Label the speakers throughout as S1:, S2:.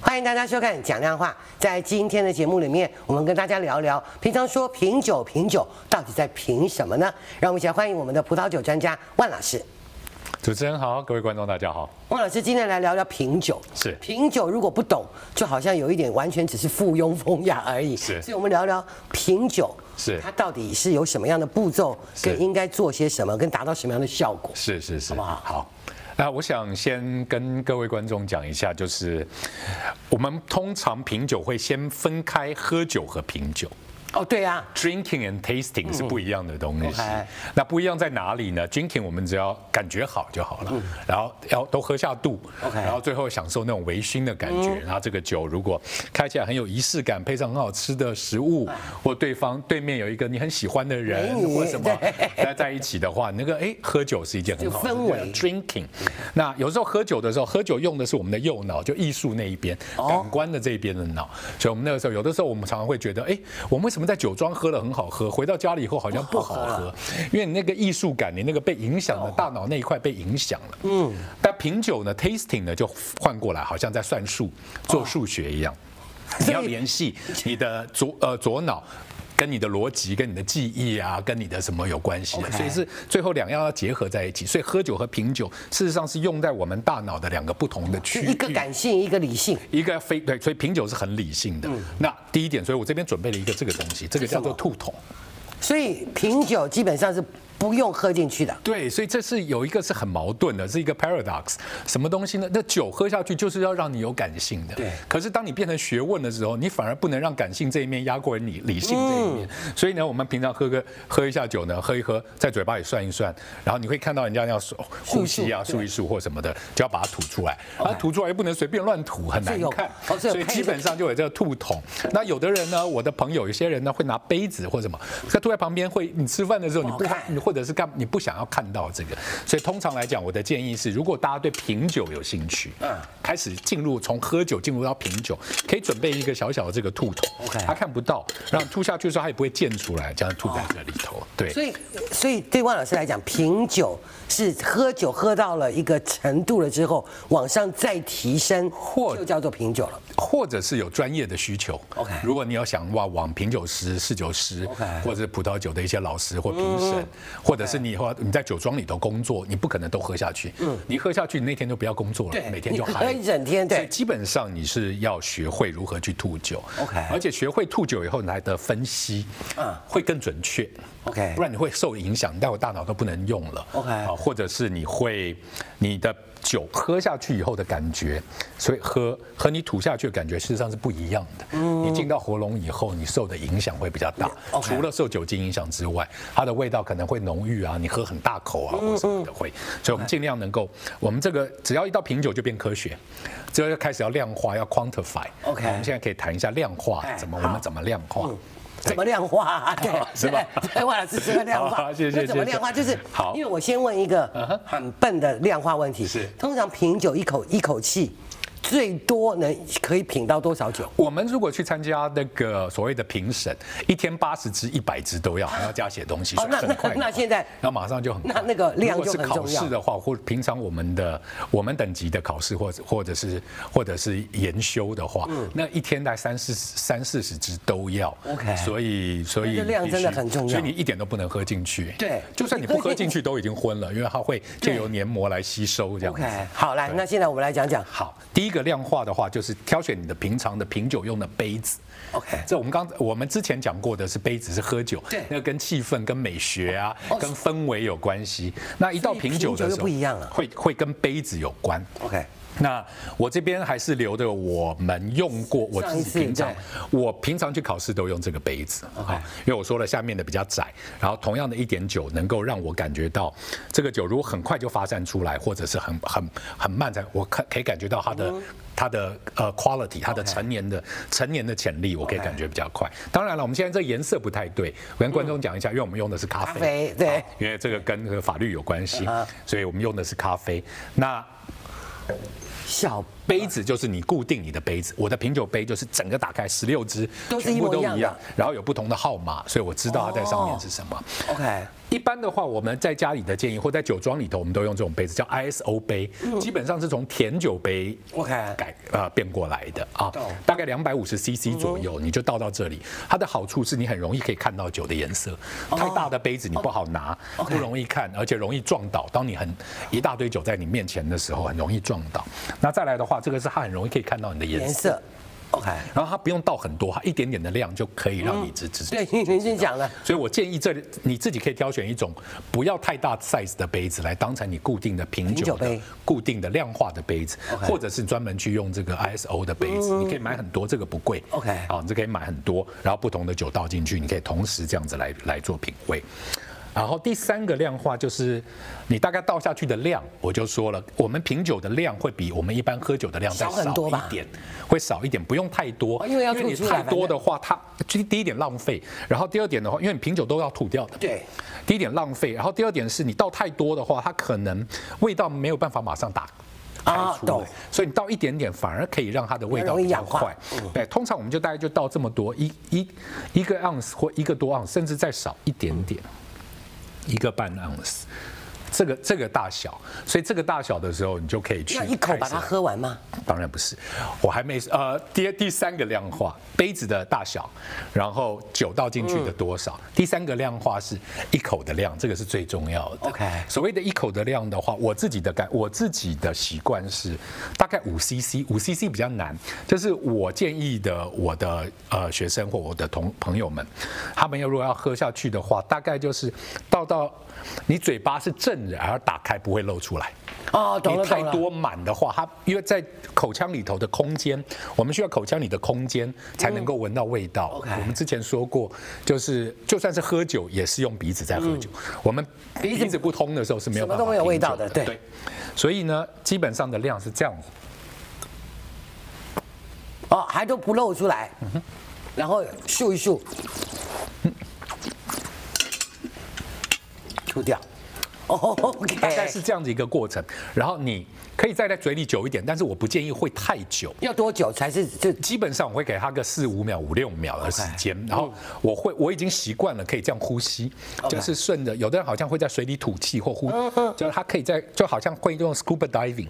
S1: 欢迎大家收看《讲亮话》。在今天的节目里面，我们跟大家聊聊，平常说品酒，品酒到底在品什么呢？让我们一起来欢迎我们的葡萄酒专家万老师。
S2: 主持人好，各位观众大家好。
S1: 万老师今天来聊聊品酒，
S2: 是
S1: 品酒如果不懂，就好像有一点完全只是附庸风雅而已。
S2: 是
S1: 所以我们聊聊品酒，
S2: 是
S1: 它到底是有什么样的步骤，
S2: 是
S1: 跟应该做些什么，跟达到什么样的效果？
S2: 是是是，
S1: 好不好
S2: 那我想先跟各位观众讲一下，就是我们通常品酒会先分开喝酒和品酒
S1: 哦，对啊，
S2: ，drinking and tasting 是不一样的东西。
S1: 嗯 OK
S2: 那不一样在哪里呢？drinking 我们只要感觉好就好了，然后要都喝下肚
S1: 嗯 OK 嗯
S2: 然后最后享受那种微醺的感觉。然后这个酒如果开起来很有仪式感，配上很好吃的食物，
S1: 嗯
S2: 或对方对面有一个你很喜欢的人
S1: 美女
S2: 或什么，待在一起的话，那个哎，喝酒是一件很好的
S1: 就氛围
S2: 对 drinking。那有时候喝酒的时候，喝酒用的是我们的右脑，就艺术那一边，感官的这一边的脑。所以我们那个时候，有的时候我们常常会觉得，哎，我们为什么在酒庄喝了很好喝，回到家里以后好像不好
S1: 不好
S2: 喝？啊因为你那个艺术感，你那个被影响的大脑那一块被影响了。嗯。但品酒呢，tasting 呢，就换过来，好像在算数、做数学一样。你要联系你的左呃左脑。跟你的逻辑、跟你的记忆啊，跟你的什么有关系的
S1: OK
S2: 所以是最后两样要结合在一起。所以喝酒和品酒，事实上是用在我们大脑的两个不同的区
S1: 是
S2: 域。
S1: 一个感性，一个理性。
S2: 一个非对，所以品酒是很理性的。
S1: 嗯
S2: 那第一点，所以我这边准备了一个这个东西，这个叫做兔筒。
S1: 所以品酒基本上是不用喝进去的。
S2: 对，所以这是有一个是很矛盾的，是一个 paradox。什么东西呢？那酒喝下去就是要让你有感性的，
S1: 对
S2: 可是当你变成学问的时候，你反而不能让感性这一面压过你理性这一面。所以呢，我们平常喝个喝一下酒呢，喝一喝，在嘴巴里涮一涮，然后你会看到人家要漱呼吸啊，
S1: 漱
S2: 漱一漱或什么的，就要把它吐出来。然后吐出来又不能随便乱吐，很难
S1: 这有
S2: 看
S1: 哦。这有
S2: 所以
S1: 配
S2: 基
S1: 的
S2: 本上就有这个兔桶。那有的人呢，我的朋友有些人呢会拿杯子或什么，他吐在旁边会，你吃饭的时候你不
S1: 不好
S2: 看
S1: 看。
S2: 你或者是干你不想要看到这个，所以通常来讲，我的建议是，如果大家对品酒有兴趣，嗯，开始进入从喝酒进入到品酒，可以准备一个小小的这个兔桶
S1: OK
S2: 他看不到，让你吐下去的时候它也不会溅出来，这样吐在这里头，对。
S1: 所以，所以对万老师来讲，品酒是喝酒喝到了一个程度了之后，往上再提升，
S2: 或
S1: 就叫做品酒了。
S2: 或者是有专业的需求。
S1: OK
S2: 如果你要想哇，往品酒师、侍酒师
S1: OK 嗯
S2: 或者是葡萄酒的一些老师或评审，或者是你以后你在酒庄里头工作，你不可能都喝下去。嗯，你喝下去，你那天就不要工作
S1: 对
S2: 了，每天就
S1: 你喝
S2: 嗨
S1: 一整天对
S2: 所以基本上你是要学会如何去吐酒。
S1: OK
S2: 而且学会吐酒以后，你还得分析，
S1: 嗯
S2: 嗯，会更准确。
S1: OK
S2: 不然你会受影响，但我大脑都不能用了。
S1: OK
S2: 啊或者是你会你的酒喝下去以后的感觉，所以喝和你吐下去的感觉事实上是不一样的。你进到喉咙以后，你受的影响会比较大。
S1: 嗯 OK
S2: 除了受酒精影响之外，它的味道可能会浓郁啊，你喝很大口啊
S1: 嗯
S2: 或什么的会。所以我们尽量能够，我们这个只要一到品酒就变科学，这就开始要量化，要 quantify。
S1: OK
S2: 我们现在可以谈一下量化
S1: 哎，
S2: 怎么
S1: 好嗯
S2: 我们怎么量化？
S1: 怎么量化、 啊？对，
S2: 哦是吧
S1: 对对，万老师怎么量化？
S2: 好谢谢
S1: 那怎么量化？就
S2: 谢谢
S1: 是
S2: 好
S1: 因为我先问一个很笨的量化问题。
S2: 是
S1: 通常品酒一口一口气，最多能可以品到多少酒？
S2: 我们如果去参加那个所谓的评审，一天八十支、一百支都要，还要加写东西，
S1: 哦
S2: 所以很快
S1: 那那那现在
S2: 然后马上就很快
S1: 那那个量
S2: 如
S1: 就
S2: 果是
S1: 很重要
S2: 考试的话，或平常我们的我们等级的考试，或者或者是或者是研修的话，
S1: 嗯
S2: 那一天大概三四三四十支都要。
S1: OK
S2: 所以所以
S1: 那这量
S2: 必须
S1: 真的很重要
S2: 所以你一点都不能喝进去。
S1: 对
S2: 就算你不喝进去都已经昏了，因为它会借由黏膜来吸收这样子
S1: OK，。好，来，那现在我们来讲讲。
S2: 好，第一个量化的话，就是挑选你的平常的品酒用的杯子。
S1: OK
S2: 这我们刚我们之前讲过的是杯子是喝酒，
S1: 对
S2: 那个跟气氛、跟美学啊、
S1: 哦
S2: 跟氛围有关系。那一到
S1: 所以
S2: 品酒
S1: 品酒
S2: 的时
S1: 又
S2: 候，
S1: 不一样啊了
S2: 会会跟杯子有关。
S1: OK，
S2: 那我这边还是留的我们用过，我
S1: 上一
S2: 自
S1: 次
S2: 己平常
S1: 对
S2: 我平常去考试都用这个杯子啊
S1: OK
S2: 因为我说了下面的比较窄，然后同样的一点酒能够让我感觉到这个酒如果很快就发散出来，或者是很很很慢才，我可可以感觉到它的。它的呃 quality，它的
S1: 嗯 OK
S2: 成年的成年的潜力，我可以
S1: OK
S2: 感觉比较快。当然了，我们现在这颜色不太对，我跟观众讲一下，因为我们用的是咖
S1: 咖
S2: 啡
S1: 啡，对
S2: 好因为这个跟这个法律有关系
S1: 啊，
S2: 所以我们用的是咖啡。那
S1: 小
S2: 杯子就是你固定你的杯子，我的品酒杯就是整个打开十六支，
S1: 都是
S2: 全
S1: 一
S2: 部
S1: 模
S2: 都
S1: 一样的
S2: 一样，然后有不同的号码，所以我知道它在上面是什么。
S1: OK，
S2: 一般的话，我们在家里的建议或在酒庄里头，我们都用这种杯子，叫 ISO 杯，基本上是从甜酒杯
S1: 嗯 OK
S2: 改呃变过来的啊
S1: 懂，嗯
S2: 大概两百五十 CC 左右，你就倒到这里。它的好处是你很容易可以看到酒的颜色，
S1: 哦
S2: 太大的杯子你不好拿，不容易看，而且容易撞倒。当你很一大堆酒在你面前的时候，很容易撞倒。那再来的话，这个是它很容易可以看到你的颜
S1: 颜
S2: 色。
S1: 色，OK，
S2: 然后它不用倒很多，它一点点的量就可以让你只只
S1: 嗯对，你已经讲了，
S2: 所以我建议这里你自己可以挑选一种不要太大 size 的杯子来当成你固定的品
S1: 品
S2: 酒
S1: 酒
S2: 的
S1: 杯
S2: 固定的量化的杯子，
S1: OK 嗯
S2: 或者是专门去用这个 ISO 的杯子，你可以买很多，这个不贵。
S1: OK
S2: 啊，你就可以买很多，然后不同的酒倒进去，你可以同时这样子来来做品味。然后第三个量化就是你大概倒下去的量，我就说了，我们品酒的量会比我们一般喝酒的量再
S1: 少很
S2: 少
S1: 多吧
S2: 一点，会少一点，不用太多
S1: 哦，因为要
S2: 你
S1: 吐出来
S2: 太多
S1: 反正
S2: 的话，它第第一点浪费，然后第二点的话，因为你品酒都要吐掉的，
S1: 对，
S2: 第一点浪费，然后第二点是你倒太多的话，它可能味道没有办法马上打。开
S1: 啊
S2: 出
S1: 懂
S2: 来，所以你倒一点点，反而可以让它的味道
S1: 容易
S2: 比较
S1: 氧化嗯
S2: 快。对，通常我们就大概就倒这么多，一一一个盎司或一个多盎司，甚至再少一点点，一个半盎司，这个这个大小。所以这个大小的时候，你就可以去
S1: 要一口把
S2: 开始
S1: 它喝完吗？
S2: 当然不是，我还没呃第第三个量化杯子的大小，然后酒倒进去的多少，第三个量化是一口的量，这个是最重要的。
S1: OK
S2: 所谓的一口的量的话，我自己的感我自己的习惯是大概五 CC，五 CC 比较难，就是我建议的我的呃学生或我的同朋友们，他们要如果要喝下去的话，大概就是倒到你嘴巴是正着，而打开不会漏出来。
S1: 哦，懂
S2: 你
S1: 了，
S2: 太
S1: 懂了。
S2: 多满的话，它因为在口腔里头的空间，我们需要口腔里的空间才能够闻到味道。
S1: 哦 OK
S2: 我们之前说过，就是就算是喝酒，也是用鼻子在喝酒。
S1: 嗯
S2: 我们
S1: 鼻
S2: 鼻
S1: 子
S2: 子不通的时候是没有
S1: 什么
S2: 办
S1: 都
S2: 法
S1: 没有
S2: 品
S1: 味道
S2: 酒
S1: 的对
S2: 对。所以呢，基本上的量是这样子。
S1: 哦，还都不露出来，
S2: 嗯
S1: 然后漱一漱，吐掉。哦，OK，
S2: 大概是这样子一个过程。然后你可以再在嘴里久一点，但是我不建议会太久。
S1: 要多久才是就
S2: 基本上我会给他个四五秒、五六秒的时间然后我会我已经习惯了可以这样呼吸
S1: OK 嗯
S2: 就是顺着。有的人好像会在水里吐气或呼就是他可以在就好像会用 scuba diving，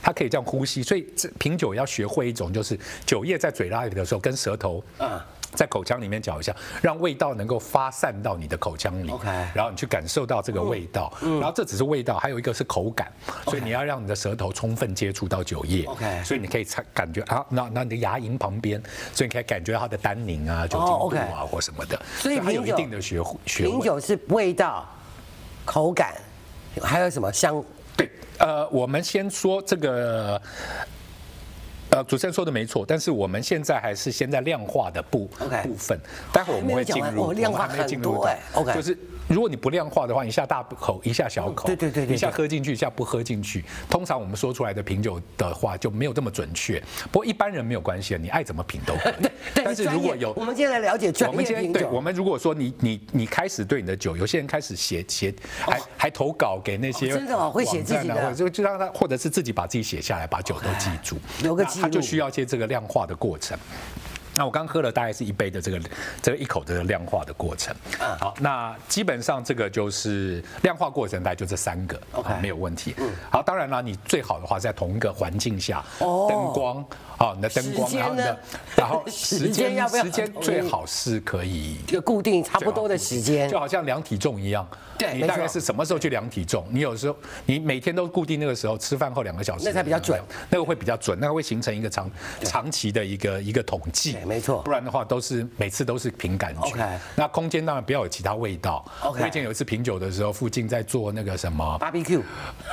S2: 他可以这样呼吸。所以这品酒要学会一种，就是酒液在嘴巴里的时候跟舌头
S1: 嗯
S2: 在口腔里面搅一下，让味道能够发散到你的口腔里
S1: OK
S2: 然后你去感受到这个味道。
S1: 嗯
S2: 然后这只是味道，还有一个是口感，所以你要让你的舌头充分接触到酒液。
S1: OK
S2: 所以你可以察感觉啊，那那你的牙龈旁边，所以你可以感觉到它的单宁啊、酒精度
S1: 哦 OK
S2: 啊、或什么的，
S1: 所以
S2: 它有
S1: 品
S2: 一
S1: 酒
S2: 定的学会学
S1: 品
S2: 问。
S1: 酒是味道、口感，还有什么香？
S2: 对，呃，我们先说这个。呃，主持人说的没错，但是我们现在还是先在量化的部
S1: OK
S2: 部分，待会我们会进
S1: 还没有讲完
S2: 入，
S1: 哦
S2: 我们
S1: 量化
S2: 还没有进
S1: 很
S2: 入
S1: 多
S2: 到
S1: 哎，OK
S2: 就是如果你不量化的话，一下大口，一下小口，
S1: 对对对对。
S2: 一下喝进去，一下不喝进去。通常我们说出来的品酒的话就没有这么准确，不过一般人没有关系，你爱怎么品都可以
S1: 但是
S2: 如
S1: 专业
S2: 果有
S1: 我们今天来了解专
S2: 我们今
S1: 业品
S2: 天对，
S1: 酒。
S2: 我们如果说你你你开始对你的酒，有些人开始写写，还、还投稿给那些、
S1: 哦哦真的哦会写自己的啊
S2: 或者就就让他或者是自己把自己写下来，把酒都记住，
S1: 留个
S2: 那
S1: 记
S2: 他就
S1: 录
S2: 需要一些这个量化的过程。那我刚喝了大概是一杯的这个这个一口的量化的过程，
S1: 啊
S2: 好，那基本上这个就是量化过程，大概就这三个啊
S1: OK 嗯
S2: 没有问题。好，当然啦，你最好的话是在同一个环境下，
S1: 哦
S2: 灯光啊，你的灯
S1: 时
S2: 光，
S1: 间
S2: 然后你
S1: 呢
S2: 的，然后
S1: 时
S2: 时
S1: 间要
S2: 间
S1: 不要
S2: 时间
S1: 统一
S2: 最好是可以
S1: 一个固定差不多的时间
S2: 就，好像量体重一样。
S1: 对没
S2: 你
S1: 错
S2: 大概是什么时候去量体重？你有时候你每天都固定那个时候，吃饭后两个小时，
S1: 那才比较准，
S2: 那个会比较准，那个会形成一个长长期的一个一个统计
S1: 对。没错
S2: 不然的话都是每次都是凭感觉。
S1: OK
S2: 那空间当然不要有其他味道。
S1: OK 啊
S2: 我以前有一次品酒的时候，附近在做那个什么
S1: barbecue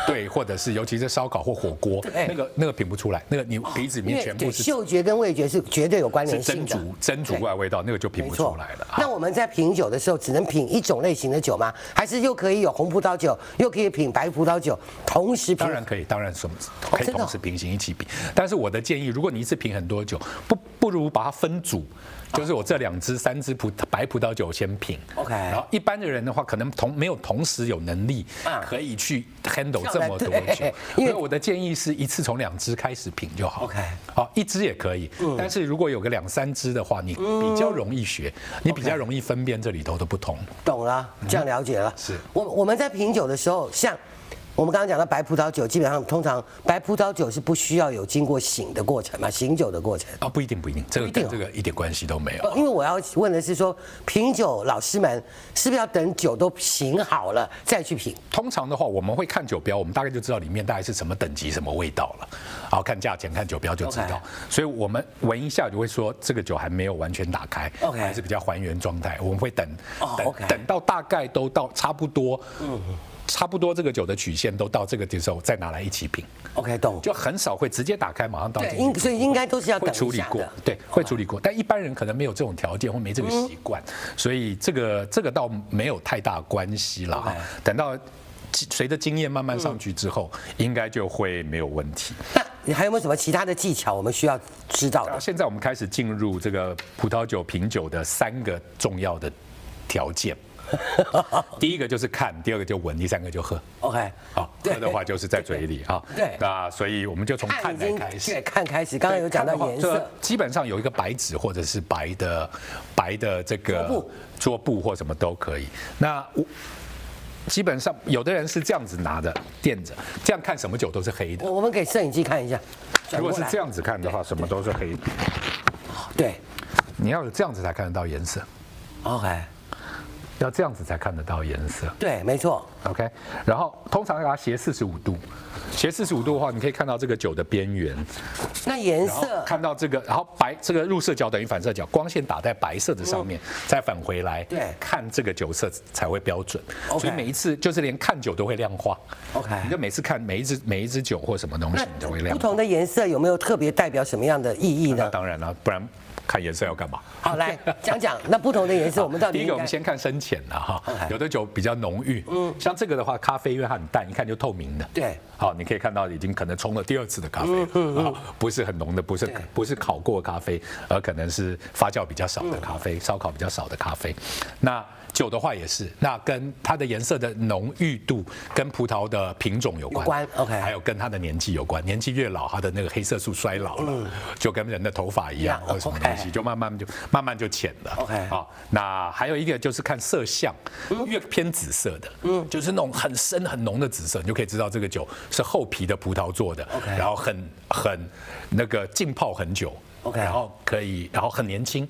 S2: 对，或者是尤其是烧烤或火锅
S1: 对，哦
S2: 那个那个品不出来，那个你鼻子
S1: 因
S2: 里面
S1: 为
S2: 全
S1: 对
S2: 部是
S1: 嗅觉跟味觉是绝对有关
S2: 是
S1: 联性
S2: 蒸
S1: 的。
S2: 煮蒸煮过来的味道，那个就品
S1: 没
S2: 不
S1: 错
S2: 出来了。
S1: 那我们在品酒的时候，只能品一种类型的酒吗？还是又可以有红葡萄酒，又可以品白葡萄酒，同时品
S2: 当？然可以，当然什么可以
S1: 真的哦
S2: 同时平行一起比。但是我的建议，如果你一次品很多酒，不不如把它分组，就是我这两支、三支葡白葡萄酒先品
S1: OK
S2: 然后一般的人的话，可能同没有同时有能力
S1: 啊
S2: 可以去 handle
S1: 上
S2: 这
S1: 来
S2: 么多
S1: 对
S2: 酒，
S1: 因
S2: 因
S1: 为
S2: 为我的建议是一次从两支开始品就好。
S1: OK 嗯
S2: 好，一支也可以，但是如果有个两三支的话，你比较容易学，你比较容易分辨这里头的不同。
S1: 懂了，这样了解了。
S2: 嗯是
S1: 我我们在品酒的时候，像我们刚刚讲到白葡萄酒，基本上通常白葡萄酒是不需要有经过醒的过程嘛，醒酒的过程。
S2: 啊，不一定，不一定，这个
S1: 一定
S2: 跟这个一点关系都没有
S1: 哦。因为我要问的是说，品酒老师们是不是要等酒都醒好了再去品？
S2: 通常的话，我们会看酒标，我们大概就知道里面大概是什么等级、什么味道了。好看价钱、看酒标就知
S1: OK
S2: 道。所以我们闻一下就会说这个酒还没有完全打开
S1: OK
S2: 还是比较还原状态。我们会等
S1: 哦
S2: 等
S1: OK 嗯
S2: 等到大概都到差不多，差不多这个酒的曲线都到这个的时候，再拿来一起品，
S1: OK，懂。
S2: 就很少会直接打开马上倒
S1: 对，
S2: 进
S1: 应
S2: 去。
S1: 所以应该都是要等
S2: 会
S1: 一下的
S2: 处理过，对，会处理过，但一般人可能没有这种条件或没这个
S1: 嗯
S2: 习惯，所以这个这个倒没有太大关系啦。哈
S1: OK
S2: 等到经随着经验慢慢上去之后，应该就会没有问题。
S1: 那你还有没有什么其他的技巧我们需要知道
S2: 好
S1: 的？
S2: 现在我们开始进入这个葡萄酒品酒的三个重要的条 件，第一个就是看，第二个就闻，第三个就喝。
S1: OK，
S2: 好，
S1: 对
S2: 喝的话就是在嘴里哈。
S1: 对
S2: 那所以我们就从
S1: 看
S2: 看
S1: 已
S2: 来
S1: 经
S2: 开始。
S1: 对看开始，刚刚有讲到
S2: 对看的话
S1: 颜
S2: 这
S1: 色，
S2: 基本上有一个白纸或者是白的白的这个
S1: 桌布
S2: 桌布或什么都可以。那我基本上有的人是这样子拿着垫着，这样看什么酒都是黑的。
S1: 我我们给摄影机看一下。转过
S2: 如果是
S1: 来
S2: 这，样子看的话，什么都是黑的。
S1: 对
S2: 你要有这样子才看得到颜色，
S1: ，OK，
S2: 要这样子才看得到颜色。
S1: 对，没错。
S2: OK，然后通常要把它斜四十五度，斜四十五度的话，你可以看到这个酒的边缘，
S1: 那颜
S2: 然后
S1: 色
S2: 看到这个，然后白这个入射角等于反射角，光线打在白色的上面，再返回来，
S1: 哦对
S2: 看这个酒色才会标准。
S1: OK
S2: 所以每一次就是连看酒都会量化。
S1: OK
S2: 你就每次看每一支每一支酒或什么东西，你都会量
S1: 不
S2: 化。
S1: 同的颜色有没有特别代表什么样的意义
S2: 那
S1: 呢？
S2: 当然了，不然看颜色要干嘛？
S1: 好， 来讲讲那不同的颜色，我们到底
S2: 第
S1: 应
S2: 一个，
S1: 该哎
S2: 我们先看深浅的哈
S1: OK，
S2: 有的酒比较浓郁，嗯，像这个的话，咖啡因为它很淡，一看就透明的，
S1: 对
S2: 好，你可以看到已经可能冲了第二次的咖啡，嗯不是很浓的，不是
S1: 对
S2: 不是烤过的咖啡，而可能是发酵比较少的咖
S1: 嗯
S2: 啡，烧烤比较少的咖啡。那酒的话也是，那跟它的颜色的浓郁度跟葡萄的品种有关
S1: 有关，OK
S2: 还有跟它的年纪有关，年纪越老，它的那个黑色素衰老了，就跟人的头发一样
S1: 嗯一样
S2: 或者什么东
S1: OK
S2: 西，就慢慢就慢慢就浅了。
S1: OK
S2: 好。那还有一个就是看色相，越偏紫色的，嗯，就是那种很深很浓的紫色，你就可以知道这个酒是厚皮的葡萄做的
S1: OK
S2: 然后很很那个浸泡很久
S1: OK
S2: 然后可以，然后很年轻。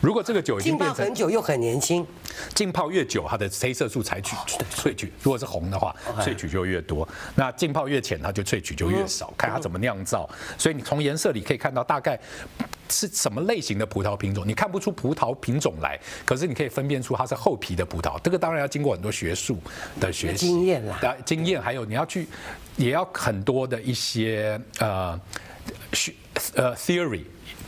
S2: 如果这个酒已
S1: 浸
S2: 经
S1: 泡
S2: 变成
S1: 很久又很年轻，
S2: 浸泡越久，它的黑色素采取
S1: 哦
S2: 萃取，如果是红的话，萃取就越多；那浸泡越浅，它就萃取就越
S1: 哦
S2: 少，看它怎么酿造。所以你从颜色里可以看到大概是什么类型的葡萄品种，你看不出葡萄品种来，可是你可以分辨出它是厚皮的葡萄。这个当然要经过很多学术的学习
S1: 经验啦
S2: 啊，经验还有你要去，也要很多的一些呃学呃 theory。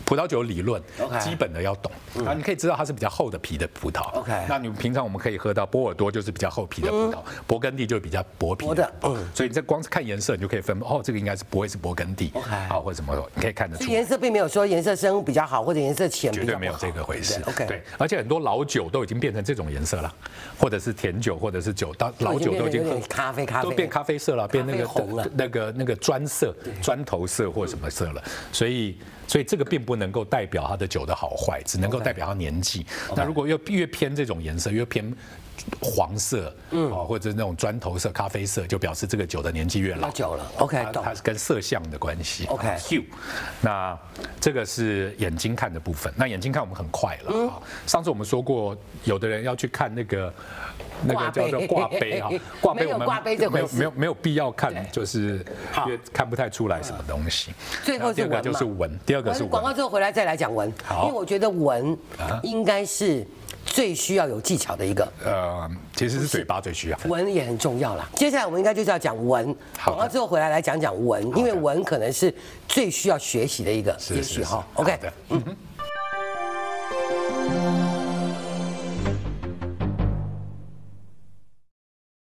S2: 葡萄酒理论
S1: OK
S2: 基本的要懂，然后你可以知道它是比较厚的皮的葡萄。
S1: 嗯 OK
S2: 那你平常我们可以喝到波尔多就是比较厚皮的葡萄，
S1: 嗯
S2: 勃艮第就是比较薄皮
S1: 薄的
S2: 葡萄所以你这光是看颜色，你就可以分哦，这个应该是不会是勃艮第
S1: OK
S2: 啊，或者什么，你可以看得
S1: 所
S2: 出
S1: 以。颜色并没有说颜色深比较好，或者颜色浅
S2: 绝
S1: 比
S2: 对
S1: 较
S2: 没有
S1: 不好
S2: 这个回事
S1: 对。，OK，
S2: 对，而且很多老酒都已经变成这种颜色了，或者是甜酒，或者是酒，到老酒都已经
S1: 有
S2: 喝
S1: 点咖啡咖啡
S2: 都变咖啡色了，变那个
S1: 咖啡红了
S2: 那个那个砖色、砖头色或什么色了。所以，所以这个并不能够代表它的酒的好坏，只能够代表它年纪。那如果越越偏这种颜色，越偏。黄色，嗯，或者是那种砖头色、咖啡色，就表示这个酒的年纪越老
S1: 那。久了，OK，
S2: 它
S1: 懂
S2: 它。是跟色相的关系。啊
S1: OK
S2: Hue，那这个是眼睛看的部分。那眼睛看我们很快了、
S1: 嗯
S2: 啊。上次我们说过，有的人要去看那个那个叫做
S1: 挂
S2: 挂
S1: 杯，
S2: 杯哈 挂杯
S1: 没有
S2: 我们
S1: 挂杯这回
S2: 没有
S1: 事
S2: 没有没有必要看
S1: 对，
S2: 就是
S1: 好
S2: 因为看不太出来什么东西。
S1: 最后是
S2: 然第二个就是
S1: 闻嘛
S2: 闻，第二个是
S1: 广告
S2: 闻。
S1: 之后回来再来讲文，
S2: 好啊
S1: 因为我觉得文应该是最需要有技巧的一个。
S2: 呃，其实是嘴巴最需要。
S1: 文也很重要啦。接下来我们应该就是要讲文，
S2: 好
S1: 广
S2: 的
S1: 告之后回来来讲讲文，因为文可能是最需要学习的一个，
S2: 是
S1: 也
S2: 是
S1: 许
S2: 是
S1: 哈。
S2: 好
S1: OK，
S2: 的
S1: 嗯。